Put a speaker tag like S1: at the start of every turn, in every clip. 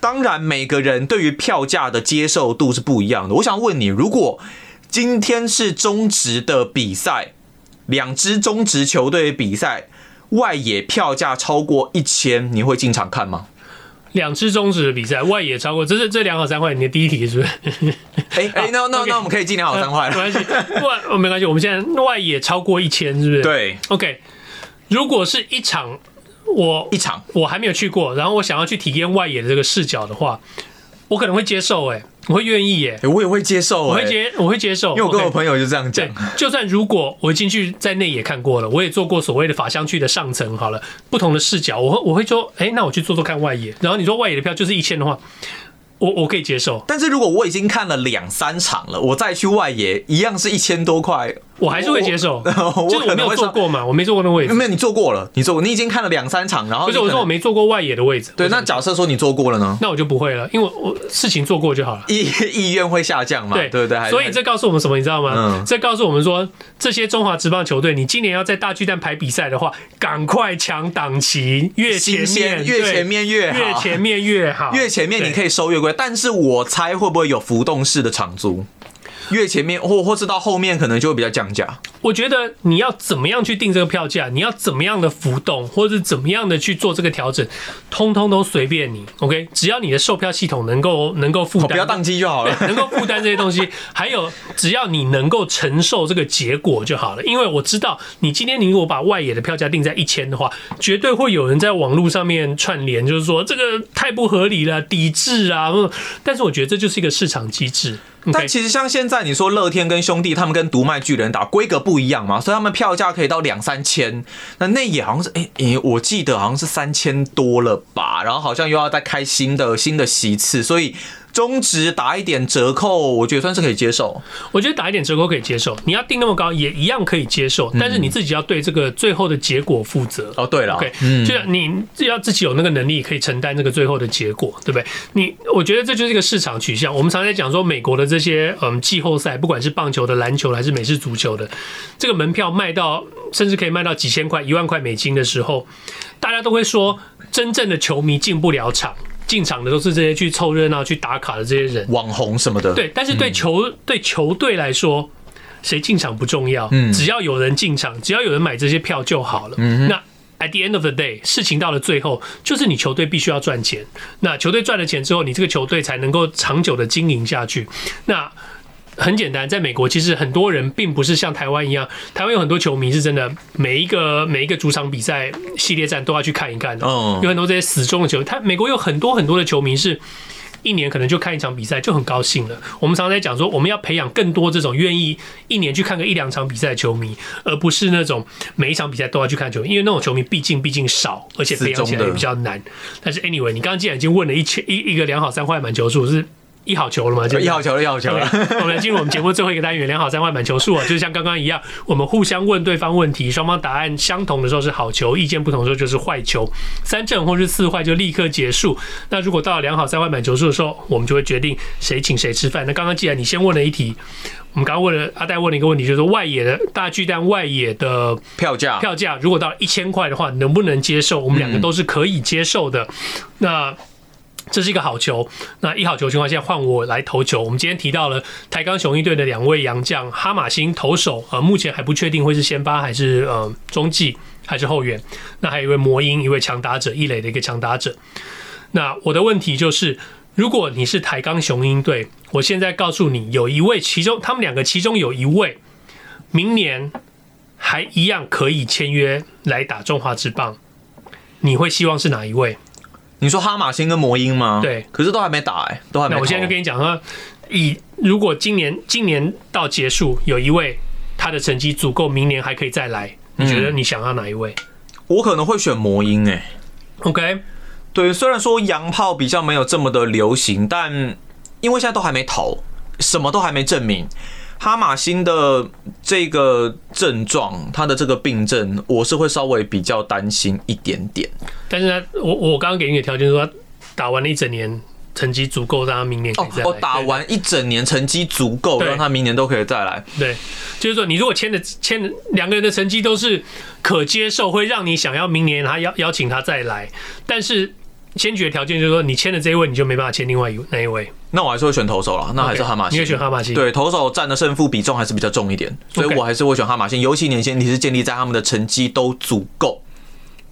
S1: 当然，每个人对于票价的接受度是不一样的。我想问你，如果今天是中职的比赛，两支中职球队比赛，外野票价超过一千，你会进场 看吗？
S2: 两支中止的比赛，外野超过，这是这两好三坏。你的第一题是不是？
S1: 哎哎，那那
S2: OK
S1: 那我们可以尽量好三坏
S2: 没
S1: 了。
S2: 关系，外哦没关系，我们现在外野超过一千，是不是？
S1: 对，
S2: ，OK。如果是一场，我
S1: 一场
S2: 我还没有去过，然后我想要去体验外野的这个视角的话，我可能会接受、哎，我会愿意、哎，
S1: 诶我也会接受、
S2: 我
S1: 诶
S2: 会接，我会接受，
S1: 因为我跟
S2: OK
S1: 我朋友就这样讲
S2: 对。，就算如果我进去在内也看过了，我也做过所谓的法香区的上层，好了，不同的视角，我会我会说，哎、那我去做做看外野。然后你说外野的票就是一千的话，我我可以接受，
S1: 但是如果我已经看了两三场了，我再去外野，一样是一千多块，
S2: 我还是会接受。
S1: 我
S2: 就是
S1: 可
S2: 我没
S1: 能
S2: 有
S1: 会
S2: 坐
S1: 上。
S2: 过嘛，我没坐过那位置
S1: 没，有，你做过了，你做过，你已经看了两三场，然后
S2: 不是
S1: 你
S2: 我
S1: 可
S2: 说我
S1: 能
S2: 没坐过外野的位置，
S1: 对。
S2: 我
S1: 那假设说你做过了呢？
S2: 那我就不会了，因为我我事情做过就好了。
S1: 意 意愿会下降嘛？
S2: 对
S1: 对不对？还是
S2: 所以这告诉我们什么，你知道吗？
S1: 嗯
S2: 这告诉我们说，这些中华职棒球队，你今年要在大巨蛋排比赛的话，赶快抢档期，越前
S1: 新
S2: 面
S1: 鲜越
S2: 对
S1: 前面越好，
S2: 越前面越好，
S1: 越前面你可
S2: 以。
S1: 以收越贵，但是我猜会不会有浮动式的场租？越前面或或是到后面可能就会比较降价。哦
S2: 我觉得你要怎么样去定这个票价，你要怎么样的浮动，或者是怎么样的去做这个调整，通通都随便你。OK，只要你的售票系统能够能够负
S1: 哦，
S2: 担，
S1: 不要宕机 就好了。
S2: 能够负担这些东西，还有只要你能够承受这个结果就好了。因为我知道，你今天你如果把外野的票价定在一千的话，绝对会有人在网络上面串联，就是说这个太不合理了，抵制啊。嗯但是我觉得这就是一个市场机制。
S1: 但
S2: OK，
S1: 其实像现在你说乐天跟兄弟他们跟独卖巨人打规格不一样嘛，所以他们票价可以到两三千。那内野好像是哎、诶我记得好像是三千多了吧，然后好像又要再开新的新的席次，所以中职打一点折扣，我觉得算是可以接受。
S2: 我觉得打一点折扣可以接受，你要定那么高也一样可以接受，但是
S1: 嗯
S2: 你自己要对这个最后的结果负责。
S1: 哦，对了
S2: OK，就是你要自己有那个能力，可以承担这个最后的结果，对不对？你我觉得这就是一个市场取向。我们常在讲说，美国的这些嗯季后赛，不管是棒球的、篮球的还是美式足球的，这个门票卖到甚至可以卖到几千块、一万块美金的时候，大家都会说，真正的球迷进不了场，进场的都是这些去凑热闹、去打卡的这些人。
S1: 网红什么的，，
S2: 对，但是对球、对球队来说，谁进场不重要，只要有人进场，只要有人买这些票就好了。那 at the end of the day，事情到了最后，就是你球队必须要赚钱。那球队赚了钱之后，你这个球队才能够长久的经营下去。那很简单，在美国其实很多人并不是像台湾一样，台湾有很多球迷是真的每一个每一个主场比赛系列战都要去看一看的，
S1: 嗯
S2: 有很多这些死忠的球迷。他美国有很多很多的球迷是。一年可能就看一场比赛就很高兴了。我们常常在讲说，我们要培养更多这种愿意一年去看个一两场比赛的球迷，而不是那种每一场比赛都要去看球迷，因为那种球迷毕竟毕竟少，而且培养起来也比较难。但是 anyway，你刚刚既然已经问了一千一一个两好三坏满球数是一好球了嘛？就是
S1: 一号球了，一号球了。
S2: OK，我们来进入我们节目最后一个单元——良好三坏满球数啊，就是像刚刚一样，我们互相问对方问题，双方答案相同的时候是好球，意见不同的时候就是坏球，三正或是四坏就立刻结束。那如果到了良好三坏满球数的时候，我们就会决定谁请谁吃饭。那刚刚既然你先问了一题，我们刚刚问了阿戴问了一个问题，就是外野的大巨蛋外野的
S1: 票价，
S2: 票价如果到一千块的话，能不能接受？我们两个都是可以接受的。那这是一个好球。那一好球情况下，换我来投球。我们今天提到了台钢雄鹰队的两位洋将哈马星投手，呃，目前还不确定会是先发还是呃中继还是后援。那还有一位魔鹰，一位强打者，一垒的一个强打者。那我的问题就是，如果你是台钢雄鹰队，我现在告诉你，有一位其中他们两个其中有一位，明年还一样可以签约来打中华职棒，你会希望是哪一位？
S1: 你说哈马星跟魔音吗？
S2: 对，
S1: 可是都还没打哎、都还没
S2: 那
S1: 投。
S2: 我现在就跟你讲啊，以如果今年今年到结束，有一位他的成绩足够，明年还可以再来，
S1: 嗯
S2: 你觉得你想要哪一位、
S1: 我可能会选魔音哎、
S2: o k
S1: 对，虽然说洋炮比较没有这么的流行，但因为现在都还没投，什么都还没证明，哈马星的这个症状，他的这个病症，我是会稍微比较担心一点点。
S2: 但是呢，我我刚刚给你的条件是说，他打完了一整年，成绩足够让他明年可
S1: 哦
S2: 以再来。
S1: 哦，打
S2: 对
S1: 完一整年成绩足够，
S2: 对
S1: 让他明年都可以再来。
S2: 对，就是说，你如果签的签的两个人的成绩都是可接受，会让你想要明年他邀邀请他再来，但是先决条件就是说，你签了这一位，你就没办法签另外一位那一位。
S1: 那我还是会选投手啦，那还是
S2: OK，
S1: 哈马星。
S2: 你会选哈马星
S1: 对，投手占的胜负比重还是比较重一点，所以
S2: OK
S1: 我还是会选哈马星。尤其年前提是建立在他们的成绩都足够。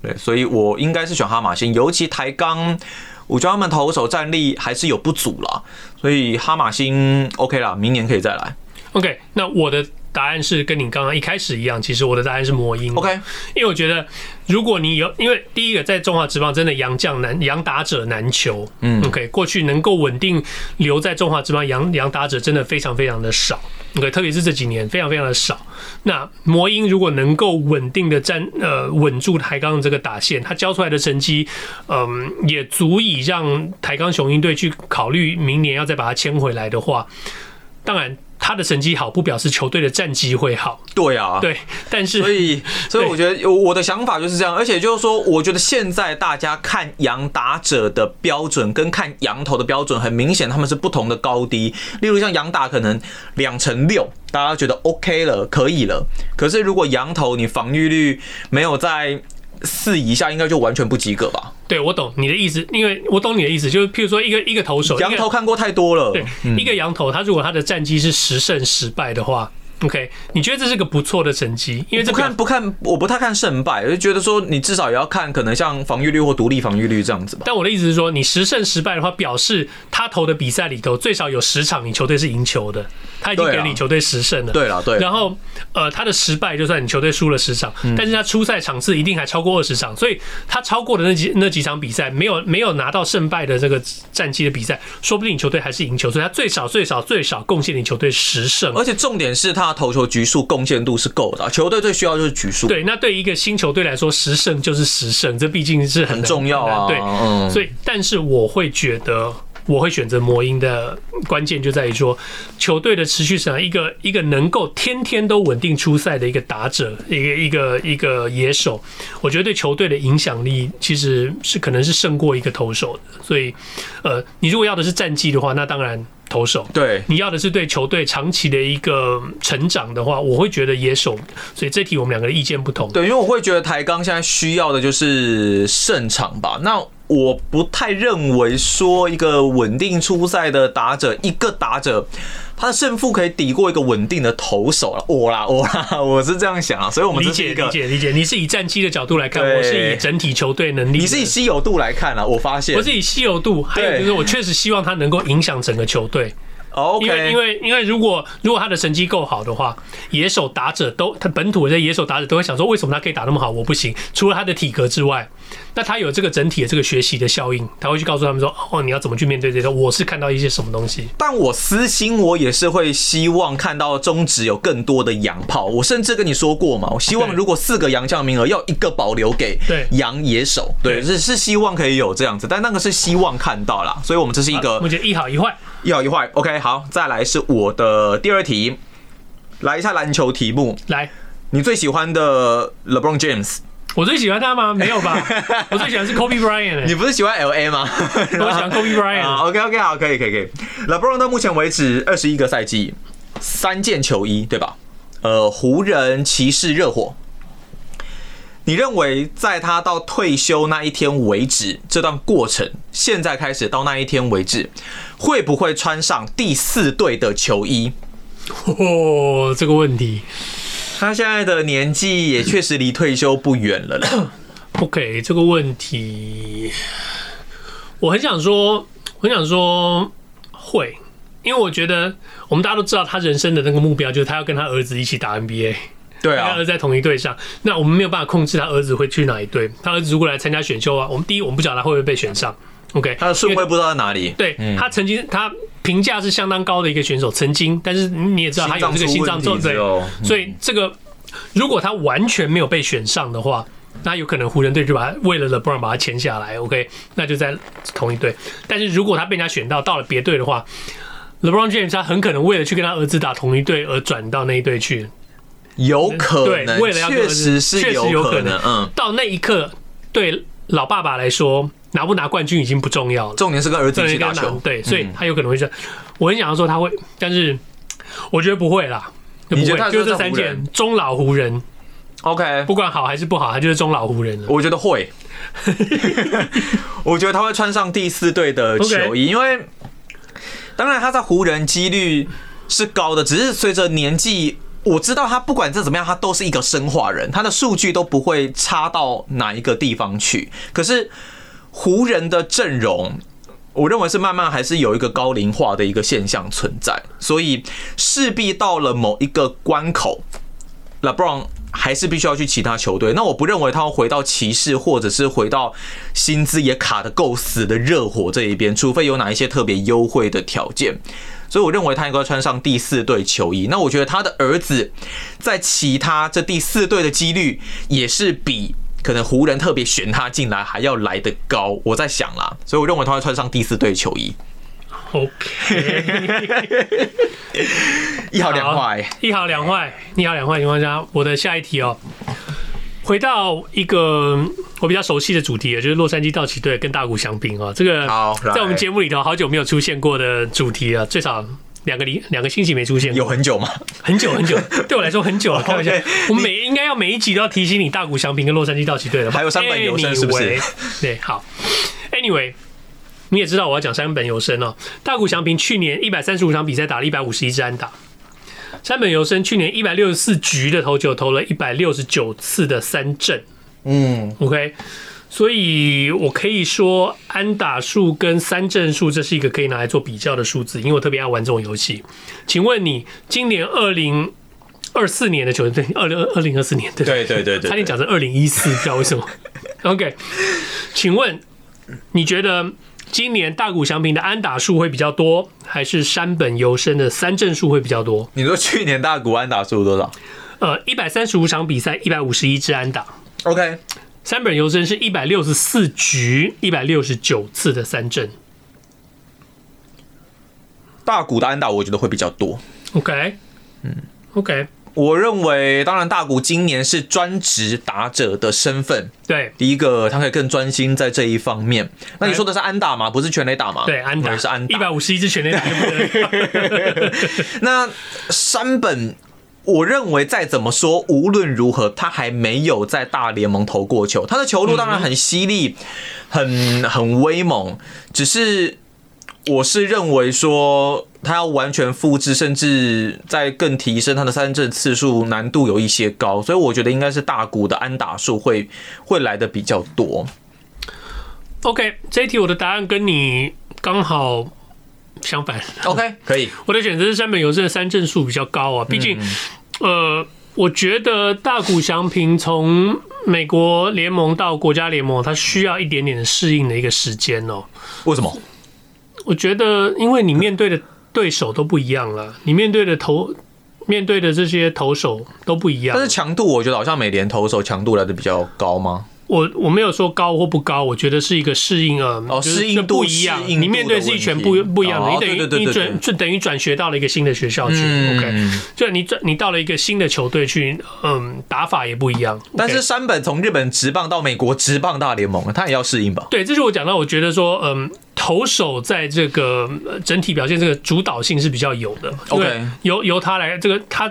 S1: 对，所以我应该是选哈马星，尤其台钢，我觉得他们投手战力还是有不足啦，所以哈马星 OK 啦，明年可以再来。
S2: OK，那我的答案是跟你刚刚一开始一样，其实我的答案是魔音。
S1: OK，
S2: 因为我觉得，如果你有，因为第一个在中华职棒真的洋将难，洋打者难求。嗯，OK，过去能够稳定留在中华职棒洋洋打者真的非常非常的少。OK，特别是这几年非常非常的少。那魔音如果能够稳定的站呃稳住台钢的这个打线，他交出来的成绩，嗯，也足以让台钢雄鹰队去考虑明年要再把它签回来的话，当然他的成绩好不表示球队的战绩会好，
S1: 对啊，。
S2: 对，但是
S1: 所以，所以
S2: 对
S1: 我觉得呃我的想法就是这样，而且就是说，我觉得现在大家看羊打者的标准跟看羊头的标准，很明显他们是不同的高低。例如像羊打可能两成六，大家觉得 OK 了，可以了。可是如果羊头你防御率没有在四以下，应该就完全不及格吧？
S2: 对，我懂你的意思，因为我懂你的意思，就是譬如说一个一个投手，
S1: 羊
S2: 一个
S1: 头看嗯过太多了，
S2: 对、一个羊头，他如果他的战绩是十胜十败的话，OK，你觉得这是个不错的成绩？因为这
S1: 不
S2: 表
S1: 看不看，我不太看胜败，我就觉得说你至少也要看可能像防御率或独立防御率这样子吧。
S2: 但我的意思是说，你十胜十败的话，表示他投的比赛里头最少有十场你球队是赢球的，他已经
S1: 对
S2: 给
S1: 啊
S2: 你球队十胜了。
S1: 对了，对啦嗯
S2: 然后，呃，他的失败就算你球队输了十场，但是他出赛场次一定还超过二十场，所以他超过的那几那几场比赛，没有没有拿到胜败的这个战绩的比赛，说不定你球队还是赢球，所以他最少最少最少贡献你球队十胜。
S1: 而且重点是他的投球局数贡献度是够的啊、球队最需要就是局数，
S2: 对，那对于一个新球队来说，十胜就是十胜，这毕竟是很
S1: 很
S2: 难
S1: 重要啊。
S2: 很难对，
S1: 嗯，
S2: 所以，但是我会觉得，我会选择魔音的关键就在于说，球队的持续成长，一个一个能够天天都稳定出赛的一个打者，一个一个一个野手，我觉得对球队的影响力其实是可能是胜过一个投手的。所以，呃，你如果要的是战绩的话，那当然投手。
S1: 对，
S2: 你要的是对球队长期的一个成长的话，我会觉得野手。所以这题我们两个的意见不同。
S1: 对，因为我会觉得台钢现在需要的就是胜场吧。那我不太认为说一个稳定出赛的打者，一个打者他的胜负可以抵过一个稳定的投手了。我啦，我啦，我是这样想啊。所以我们
S2: 理
S1: 这是
S2: 解
S1: 一
S2: 理
S1: 个，
S2: 解理解，你是以战绩的角度来看，
S1: 对
S2: 我是以整体球队能力的，
S1: 你是以稀有度来看了，啊我发现
S2: 我是以稀有度，还有就是我确实希望他能够影响整个球队，
S1: OK，
S2: 因为因为因为如果如果他的成绩够好的话，野手打者都他本土的这些野手打者都会想说，为什么他可以打那么好，我不行？除了他的体格之外，那他有这个整体的这个学习的效应，他会去告诉他们说，哦，你要怎么去面对这个，我是看到一些什么东西。
S1: 但我私心，我也是会希望看到中职有更多的洋炮。我甚至跟你说过嘛，我希望
S2: 对
S1: 如果四个洋将名额，要一个保留给
S2: 对
S1: 洋野手。对，
S2: 对
S1: 是是希望可以有这样子，但那个是希望看到啦。所以我们这是一个
S2: 啊我觉得一好一坏，
S1: 一好一坏。OK，好，再来是我的第二题，来一下篮球题目。
S2: 来，
S1: 你最喜欢的 LeBron James，
S2: 我最喜欢他吗？没有 吧，我最喜欢是 Kobe Bryant，、
S1: 你
S2: 欸、
S1: 不是喜欢 LA 吗？
S2: 我喜欢 Kobe Bryant
S1: 啊，OK OK，好，可以可以可以。LeBron 到目前为止二十一个赛季，三件球衣，对吧？呃，湖人、骑士、热火。你认为在他到退休那一天为止，这段过程，现在开始到那一天为止，会不会穿上第四队的球衣？
S2: 哦，这个问题。
S1: 他现在的年纪也确实离退休不远 了啦。
S2: OK，这个问题，我很想说，我很想说会，因为我觉得我们大家都知道他人生的那个目标就是他要跟他儿子一起打 NBA，
S1: 对
S2: 跟他
S1: 啊
S2: 儿，子在同一队上。那我们没有办法控制他儿子会去哪一队，他儿子如果来参加选秀啊，我们第一我们不晓得他会不会被选上。OK，
S1: 他的顺位不知道在哪里。
S2: 对他曾经他评价是相当高的一个选手，曾经，但是你也知道他有这个心脏
S1: 出
S2: 骤
S1: 问题
S2: 对
S1: 之，后，嗯
S2: 所以这个如果他完全没有被选上的话，那有可能湖人队就把他为了 LeBron 把他签下来，OK，那就在同一队。但是如果他被人家选到到了别队的话， LeBron James 他很可能为了去跟他儿子打同一队而转到那一队去，
S1: 有可
S2: 对
S1: 能，，
S2: 为了要跟
S1: 确
S2: 儿子
S1: 实是
S2: 确实有
S1: 可
S2: 能。
S1: 嗯，
S2: 到那一刻，对老爸爸来说，拿不拿冠军已经不重要了。
S1: 重点是跟儿子一起打
S2: 这人一定要
S1: 球嗯
S2: 拿，对，所以他有可能会这样。我很想要说他会，但是我觉得不会啦。就不
S1: 你觉
S2: 会
S1: 得他，
S2: 就是
S1: 是
S2: 这
S1: 在
S2: 三
S1: 湖
S2: 件
S1: 人
S2: 中老湖人，
S1: ，OK，
S2: 不管好还是不好，他就是中老湖人了。
S1: 我觉得会，我觉得他会穿上第四队的球衣，因为当然他在湖人几率是高的，只是随着年纪。我知道他不管这怎么样，他都是一个生化人，他的数据都不会差到哪一个地方去。可是湖人的阵容，我认为是慢慢还是有一个高龄化的一个现象存在，所以势必到了某一个关口，LeBron 还是必须要去其他球队。那我不认为他要回到骑士，或者是回到薪资也卡得够死的热火这一边，除非有哪一些特别优惠的条件。所以我认为他应该穿上第四队球衣。那我觉得他的儿子在其他这第四队的几率也是比可能湖人特别选他进来还要来得高。我在想啦， 所以我认为他会穿上第四队球衣，
S2: OK，
S1: 一好两坏。
S2: 一好两坏，一好两坏情况下，我的下一题哦，回到一个我比较熟悉的主题了，就是洛杉矶道奇队跟大谷翔平哦，这个
S1: 好来
S2: 在我们节目里头好久没有出现过的主题了，最少。两个礼两个星期没出现，
S1: 有很久吗？
S2: 很久很 久，对我来说很久了。开玩笑
S1: 哦 OK，，
S2: 我每应该要每一集都要提醒你大谷翔平跟洛杉矶道奇队了吧？
S1: 还有山本有生是不是
S2: Anyway，对，好。Anyway，你也知道我要讲山本有生哦。大谷翔平去年一百三十五场比赛打了一百五十一支安打，山本有生去年一百六十四局的投球投了一百六十九次的三振。
S1: 嗯，
S2: OK，所以我可以说安打数跟三振数这是一个可以拿来做比较的数字，因为我特别爱玩这种游戏。请问你今年二零二四年的球队，二零二零二四年对不
S1: 对对对对
S2: 差点
S1: 对。
S2: 讲成二零一四，不知道为什 么。OK，请问你觉得今年大谷翔平的安打数会比较多，还是山本由伸的三振数会比较多？
S1: 你说去年大谷安打数多少
S2: 呃，一百三十五场比赛，一百五十一支安打。
S1: ？OK，
S2: 三本游生是一百六十四局一百六十九次的三振。
S1: 大股的安打，我觉得会比较多。
S2: OK，嗯，OK，
S1: 我认为，当然，大股今年是专职打者的身份。
S2: 对
S1: 第一个，他可以更专心在这一方面。那你说的是安打吗？不是全垒打吗？
S2: 哎对，安
S1: 我
S2: 打
S1: 也是安
S2: 一
S1: 打。
S2: 百五十一支全垒打对 不对，
S1: 那山本，我认为再怎么说，无论如何，他还没有在大联盟投过球。他的球路当然很犀利，很很威猛，只是我是认为说，他要完全复制，甚至在更提升他的三振次数难度有一些高，所以我觉得应该是大股的安打数会会来的比较多。
S2: OK，这一题我的答案跟你刚好相反。
S1: OK，可以，
S2: 我的选择是山本由生的三振数比较高啊，毕
S1: 嗯
S2: 竟，呃，我觉得大谷翔平从美国联盟到国家联盟，他需要一点点适应的一个时间哦。
S1: 为什么？
S2: 我觉得，因为你面对的对手都不一样了，你面对的投面对的这些投手都不一样
S1: 但。是强度，我觉得好像美联投手强度来的比较高吗？
S2: 我我没有说高或不高，我觉得是一个适应呃，
S1: 哦
S2: 就是
S1: 适应度
S2: 不一样，
S1: 适应度的
S2: 你面对是一群不
S1: 问题
S2: 不一样的，
S1: 哦
S2: 你等于
S1: 对对对
S2: 你
S1: 对
S2: 转就等于转学到了一个新的学校去，OK，
S1: 嗯
S2: 就你转你到了一个新的球队去，嗯，打法也不一样，
S1: 但是
S2: OK
S1: 山本从日本职棒到美国职棒大联盟，他也要适应吧？
S2: 对，这是我讲到，我觉得说，嗯，投手在这个呃整体表现这个主导性是比较有的。
S1: OK
S2: 对由由他来，这个他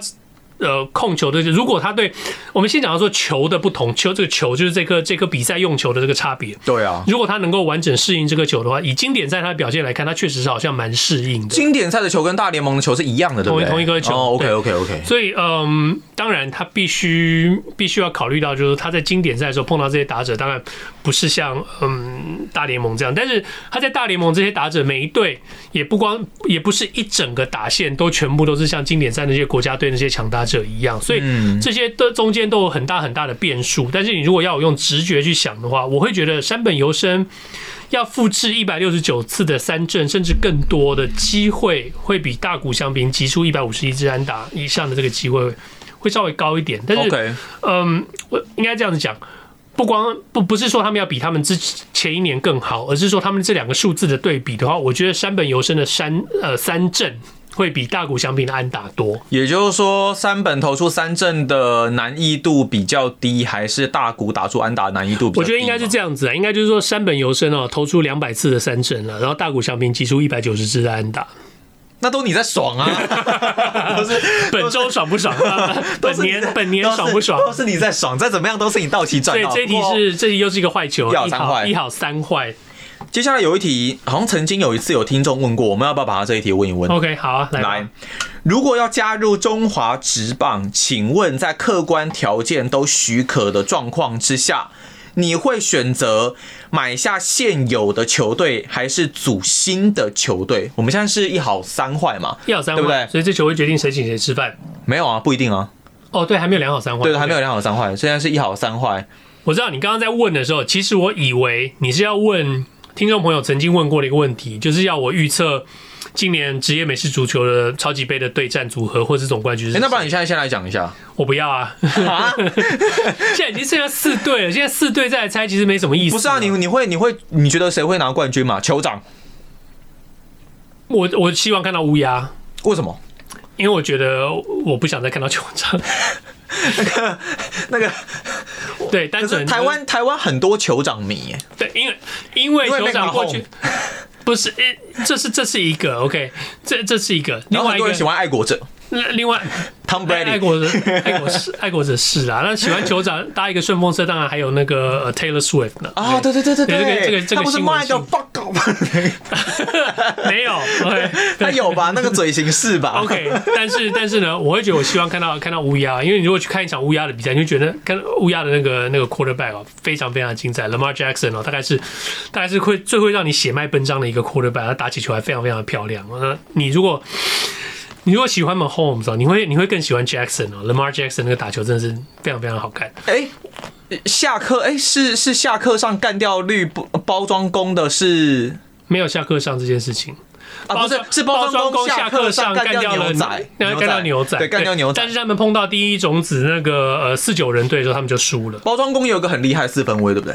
S2: 呃控球的，如果他对我们先讲到说球的不同，球这个球就是这个这个比赛用球的这个差别。
S1: 对啊，
S2: 如果他能够完整适应这个球的话，以经典赛他的表现来看，他确实是好像蛮适应的。
S1: 经典赛的球跟大联盟的球是一样的，对不对？
S2: 同一同一颗球
S1: 哦
S2: 对
S1: ，OK OK OK，
S2: 所以，嗯，当然，他必须必须要考虑到，就是他在经典赛的时候碰到这些打者，当然不是像嗯大联盟这样，但是他在大联盟这些打者每一队也不光也不是一整个打线都全部都是像经典赛那些国家队那些强打者一样，所以这些的中间都有很大很大的变数。但是你如果要我用直觉去想的话，我会觉得山本由生要复制一百六十九次的三振，甚至更多的机会，会比大谷翔平击出一百五十一支安打以上的这个机会会稍微高一点。但是
S1: OK，
S2: 嗯，我应该这样子讲，不光不不是说他们要比他们之前一年更好，而是说他们这两个数字的对比的话，我觉得山本由伸的山呃三振会比大谷翔平的安打多。
S1: 也就是说，三本投出三振的难易度比较低，还是大谷打出安打难易度比较低？
S2: 我觉得应该是这样子啊，应该就是说山本由伸哦投出两百次的三振了，然后大谷翔平击出一百九十支的安打。
S1: 那都你在爽啊， 都是
S2: 本周爽不爽啊？
S1: 都
S2: 本
S1: 是你在
S2: 年本年
S1: 都是
S2: 爽不爽？
S1: 都是你在爽，再怎么样都是你到期赚
S2: 对
S1: 到。，
S2: 这一题
S1: 哇
S2: 是这题又是一个坏球，
S1: 一好
S2: 一
S1: 三
S2: 好
S1: 坏
S2: 一好三坏。
S1: 接下来有一题，好像曾经有一次有听众问过，我们要不要把他这一题问一问？
S2: OK，好啊，来吧
S1: 来，如果要加入中华职棒，请问在客观条件都许可的状况之下，你会选择买下现有的球队，还是组新的球队？我们现在是一好三坏嘛？
S2: 一好三
S1: 对不
S2: 坏，
S1: 对
S2: 所以这球会决定谁请谁吃饭。
S1: 没有啊，不一定啊。
S2: 哦，对，还没有两好三坏，
S1: 对，还没有两好三坏，现在是一好三坏。
S2: 我知道你刚刚在问的时候，其实我以为你是要问听众朋友曾经问过的一个问题，就是要我预测今年职业美式足球的超级杯的对战组合或是总冠军是
S1: 哎、
S2: 谁。
S1: 那不然你现在先来讲一下
S2: 我不要 啊！
S1: 啊？
S2: 现在已经剩下四队了，现在四队再来猜其实没什么意思。
S1: 不是啊，你你会你会你觉得谁会拿冠军嘛？酋长？
S2: 我我希望看到乌鸦，
S1: 为什么？
S2: 因为我觉得我不想再看到酋 长。
S1: 那个
S2: 对，单
S1: 可
S2: 纯
S1: 是台湾台湾很多酋长迷耶，
S2: 对，因为因为
S1: 因为
S2: 酋长
S1: Mac
S2: 过去不是，诶这是这是一个 OK，这这是一个，另
S1: 然后
S2: 外
S1: 很
S2: 一
S1: 多
S2: 个
S1: 人喜欢爱国者
S2: 另外
S1: Tom
S2: 爱爱
S1: Brady。
S2: 国者，爱国 是爱国者是啊，那喜欢酋长搭一个顺风车，当然还有那个呃 Taylor Swift 呢。
S1: 啊，对对对对
S2: 对这个这个这个
S1: 他不是
S2: 新闻
S1: 卖的
S2: 性
S1: fuck off 吗
S2: 没有，OK
S1: 他有吧？那个嘴型是吧
S2: OK，但是但是呢，我会觉得我希望看到看到乌鸦，因为你如果去看一场乌鸦的比赛，你就觉得看乌鸦的那个那个 quarterback 哦，非常非常精彩，Lamar Jackson 哦，大概是大概是会最会让你血脉奔张的一个 quarterback，他打起球来非常非常的漂亮。呃，你如果你如果喜欢 Mahomes 哦，你会你会更喜欢 Jackson 哦，Lamar Jackson 那个打球真的是非常非常好看。
S1: 哎，下课哎，是是下课上干掉绿包包装工的是
S2: 没有下课上这件事情
S1: 啊，不是是包装工
S2: 下
S1: 课
S2: 上
S1: 干
S2: 掉了
S1: 牛仔，
S2: 然后干掉牛仔，
S1: 对，干掉牛
S2: 但
S1: 仔
S2: 是。他们碰到第一种子那个呃四九人队的时候，他们就输了。
S1: 包装工有一个很厉害的四分位，对不对？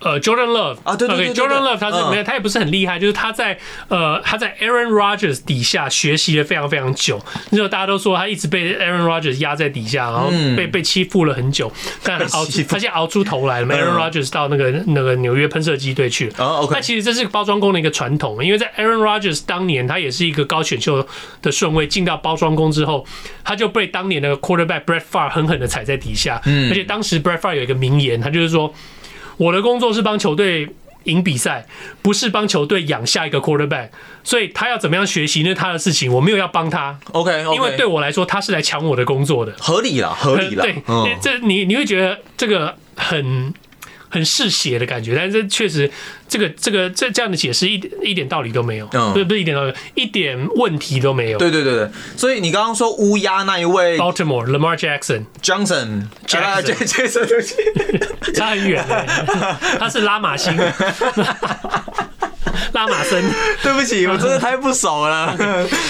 S2: 呃，Jordan Love
S1: 啊对对对
S2: OK，
S1: 对对
S2: ，Jordan Love 他是
S1: 嗯
S2: 没有，他也不是很厉害，就是他在呃他在 Aaron Rodgers 底下学习了非常非常久，那时候大家都说他一直被 Aaron Rodgers 压在底下，然后被被欺负了很久，但他熬
S1: 嗯被欺负嗯
S2: 他现在熬出头来了嘛，Aaron Rodgers 到那个那个纽约喷射机队去了。
S1: 啊，OK
S2: 那其实这是包装工的一个传统，因为在 Aaron Rodgers 当年，他也是一个高选秀的顺位进到包装工之后，他就被当年那个 quarterback Brett Favre 狠狠的踩在底下。嗯，而且当时 Brett Favre 有一个名言，他就是说：“我的工作是帮球队。”赢比赛不是帮球队养下一个 quarterback，所以他要怎么样学习那是他的事情，我没有要帮他，
S1: OK，
S2: 因为对我来说他是来抢我的工作的。
S1: 合理啦，合理啦
S2: 对，，
S1: 嗯，
S2: 这你你会觉得这个很很嗜血的感觉，但是这确实这个这个这这样的解释一点一点道理都没有，
S1: 嗯
S2: 不是不是一点道理，一点问题都没有。
S1: 对对对对。所以你刚刚说乌鸦那一位
S2: Baltimore Lamar Jackson
S1: Johnson，
S2: 哦 Jackson
S1: 啊，J- Jackson，对不起
S2: 差很远 欸、他是拉马星，拉马森。
S1: 对不 起，我真的太不熟了。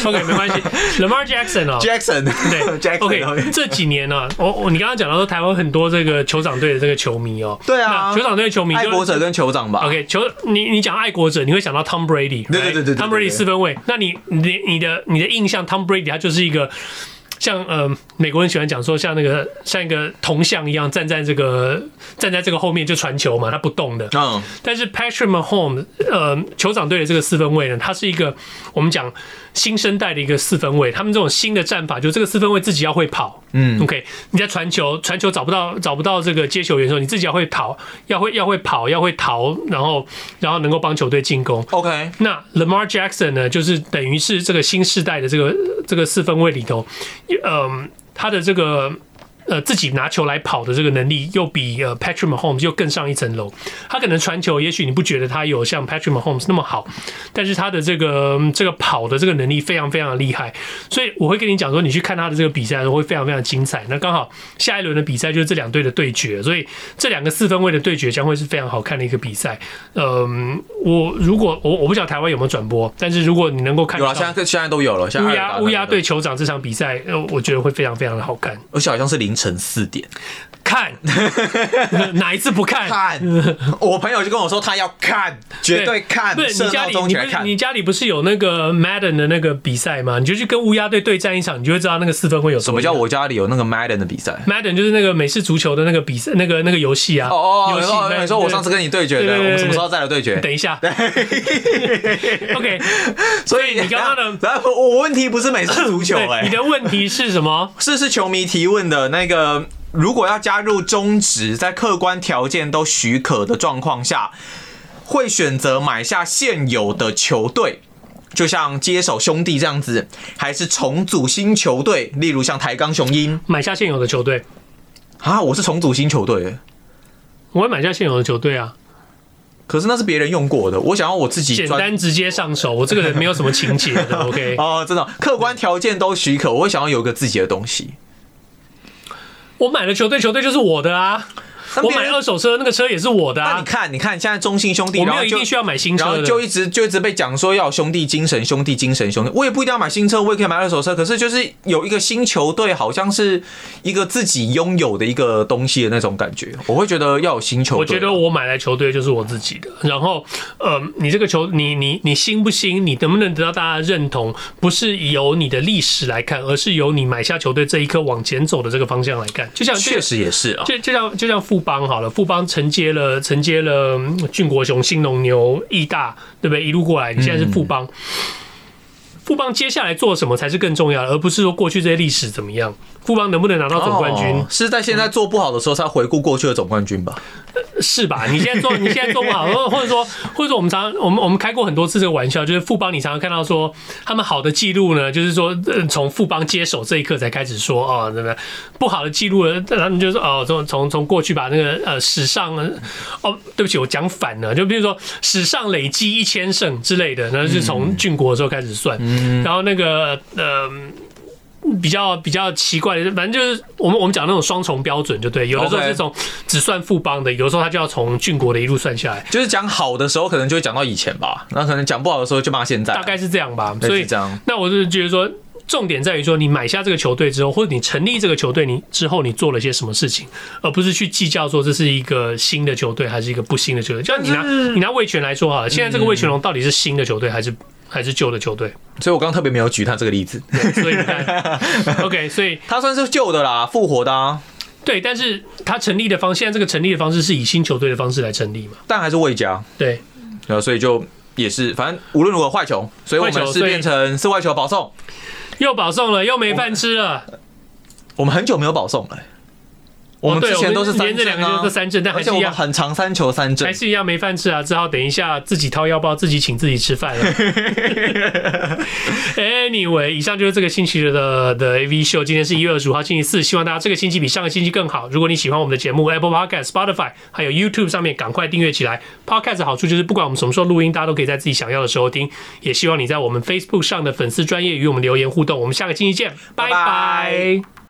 S2: OK，没关系，Lamar Jackson 哦。
S1: Jackson，
S2: 对
S1: Jackson，哦
S2: ，OK，这几年呢、我我你刚刚讲到说台湾很多这个酋长队的这个球迷哦，
S1: 对
S2: 那
S1: 啊
S2: 酋长队的球迷就
S1: 爱国者跟酋长吧。
S2: OK，球你你讲爱国者，你会想到 Tom Brady，
S1: 对对对对对
S2: t o m
S1: 对
S2: Brady 四分卫。那你你你的你的印象，Tom Brady 他就是一个像呃美国人喜欢讲说像那个像一个铜像一样站在这个站在这个后面就传球嘛，他不动的。
S1: 嗯，
S2: 但是 Patrick Mahomes，呃，酋长队的这个四分卫呢，他是一个我们讲新生代的一个四分卫，他们这种新的战法，就这个四分卫自己要会跑。嗯，OK，你在传球，传球找不到找不到这个接球员的时候，你自己要会跑，要会要会跑，要会逃，然后然后能够帮球队进攻。
S1: OK，
S2: 那 Lamar Jackson 呢，就是等于是这个新世代的这个这个四分卫里头，嗯、他的这个呃自己拿球来跑的这个能力，又比呃 Patrick Mahomes 又更上一层楼。他可能传球，也许你不觉得他有像 Patrick Mahomes 那么好，但是他的这个嗯这个跑的这个能力非常非常的厉害。所以我会跟你讲说，你去看他的这个比赛的时候会非常非常精彩。那刚好下一轮的比赛就是这两队的对决，所以这两个四分位的对决将会是非常好看的一个比赛。嗯，我如果我我不晓得台湾有没有转播，但是如果你能够看
S1: 有
S2: 到
S1: 了，现在现在都有了。现在
S2: 乌
S1: 二打
S2: 鸦
S1: 三
S2: 乌鸦
S1: 都有
S2: 对酋长这场比赛，呃，我觉得会非常非常的好看。
S1: 而且好像是凌晨四点。
S2: 看，哪一次不看？
S1: 看，我朋友就跟我说他要看，绝对看，
S2: 对
S1: 设
S2: 你家
S1: 闹
S2: 里，
S1: 钟
S2: 你
S1: 起
S2: 不
S1: 来
S2: 是
S1: 看。
S2: 你家里不是有那个 Madden 的那个比赛吗？你就去跟乌鸦队对战一场，你就会知道那个四分会有
S1: 什
S2: 什
S1: 么叫我家里有那个 Madden 的比赛？
S2: Madden 就是那个美式足球的那个比赛，那个那个游戏啊。
S1: 哦哦，哦
S2: 游
S1: 你
S2: 戏
S1: 说
S2: 那
S1: 你说我上次跟你对决
S2: 对
S1: 的，
S2: 对
S1: 我
S2: 对
S1: 们什么时候再来对
S2: 对
S1: 决？
S2: 等一下 ，OK，
S1: 所以
S2: 你刚刚
S1: 等一
S2: 的
S1: 下然后我问题不是美式足球
S2: 对，你
S1: 哎，
S2: 的问题是什么？
S1: 是是球迷提问的那个，如果要加入中职，在客观条件都许可的状况下，会选择买下现有的球队。就像接手兄弟这样子，还是重组新球队，例如像台钢雄鹰
S2: 买下现有的球队，
S1: 啊，我是重组新球队，哎
S2: 我会买下现有的球队啊，
S1: 可是那是别人用过的，我想要我自己
S2: 简
S1: 专
S2: 单直接上手。我这个人没有什么情节的 ，OK。
S1: 哦，真的，客观条件都许可，我会想要有一个自己的东西。
S2: 我买了球队，球队就是我的啊。
S1: 那
S2: 我
S1: 别
S2: 买
S1: 人
S2: 二手车，那个车也是我的
S1: 那
S2: 啊
S1: 你。看，你看现在中信兄弟，
S2: 我
S1: 然
S2: 没
S1: 后
S2: 有一
S1: 就
S2: 定需要买新
S1: 然
S2: 车
S1: 后
S2: 的。
S1: 就一直就一直被讲说要有兄弟精神，兄弟精神，兄弟。我也不一定要买新车，我也可以买二手车。可是就是有一个新球队，好像是一个自己拥有的一个东西的那种感觉，我会觉得要有新球队。
S2: 我觉得我买来球队就是我自己的，然后，呃，你这个球，你你你新不新，你能不能得到大家的认同，不是由你的历史来看，而是由你买下球队这一刻往前走的这个方向来看。就像
S1: 确，实也是啊，
S2: 就就像就像富邦好了，富邦承接了承接了嗯俊国雄、新农牛、义大，对不对？一路过来，你
S1: 嗯
S2: 现在是富邦，富邦接下来做什么才是更重要的，而不是说过去这些历史怎么样。富邦能不能拿到总冠军？
S1: 哦是在现在做不好的时候才回顾过去的总冠军吧？
S2: 是吧？你现在做，你 现在做不好，或或者说，或者说我们常我们我们开过很多次这个玩笑，就是富邦，你常常看到说他们好的记录呢，就是说呃从富邦接手这一刻才开始说哦，那个不好的记录呢，他们就说哦，从从从过去把那个呃史上呃哦，对不起，我讲反了，就比如说史上累积一千胜之类的，然后是从郡国的时候开始算，然后那个呃。比较比较奇怪的，反正就是我们我们讲那种双重标准，就对，有的时候
S1: OK
S2: 是从只算富邦的，有的时候他就要从郡国的一路算下来，
S1: 就是讲好的时候，可能就会讲到以前吧，那可能讲不好的时候就骂现在，
S2: 大概是这样吧。
S1: 类
S2: 所
S1: 似
S2: 以
S1: 哎这样。
S2: 那我就觉得说，重点在于说，你买下这个球队之后，或者你成立这个球队，你之后你做了些什么事情，而不是去计较说这是一个新的球队还是一个不新的球队。
S1: 嗯
S2: 就像你拿你拿魏权来说好了，现在这个魏权龙到底是新的球队还是还是旧的球队？
S1: 所以我刚刚特别没有举他这个例子，
S2: 所以你 看，OK，所以
S1: 他算是旧的啦，复活的啊，
S2: 对，但是他成立的方，现在这个成立的方式是以新球队的方式来成立嘛？
S1: 但还是魏家，
S2: 对，
S1: 然后所以就也是，反正无论如何坏球，所以我
S2: 坏
S1: 们
S2: 球
S1: 是
S2: 所以
S1: 变成是外球保送，
S2: 又保送了，又没饭吃了。
S1: 我们很久没有保送了、欸我们
S2: 哦对
S1: 之前都是
S2: 我们
S1: 三
S2: 连着
S1: 振
S2: 两个
S1: 啊
S2: 就是，三振，但还
S1: 而
S2: 是
S1: 且
S2: 一
S1: 我们
S2: 样
S1: 很常三球三
S2: 还
S1: 振，
S2: 是一样没饭吃啊，只好等一下自己掏腰包，自己请自己吃饭了。anyway，以上就是这个星期的的 AV 秀，今天是一月二十五号星期四，希望大家这个星期比上个星期更好。如果你喜欢我们的节目，Apple Podcast、Spotify 还有 YouTube 上面赶快订阅起来。Podcast 的好处就是不管我们什么时候录音，大家都可以在自己想要的时候听。也希望你在我们 Facebook 上的粉丝专业与我们留言互动。我们下个星期见，拜
S1: 拜拜
S2: 拜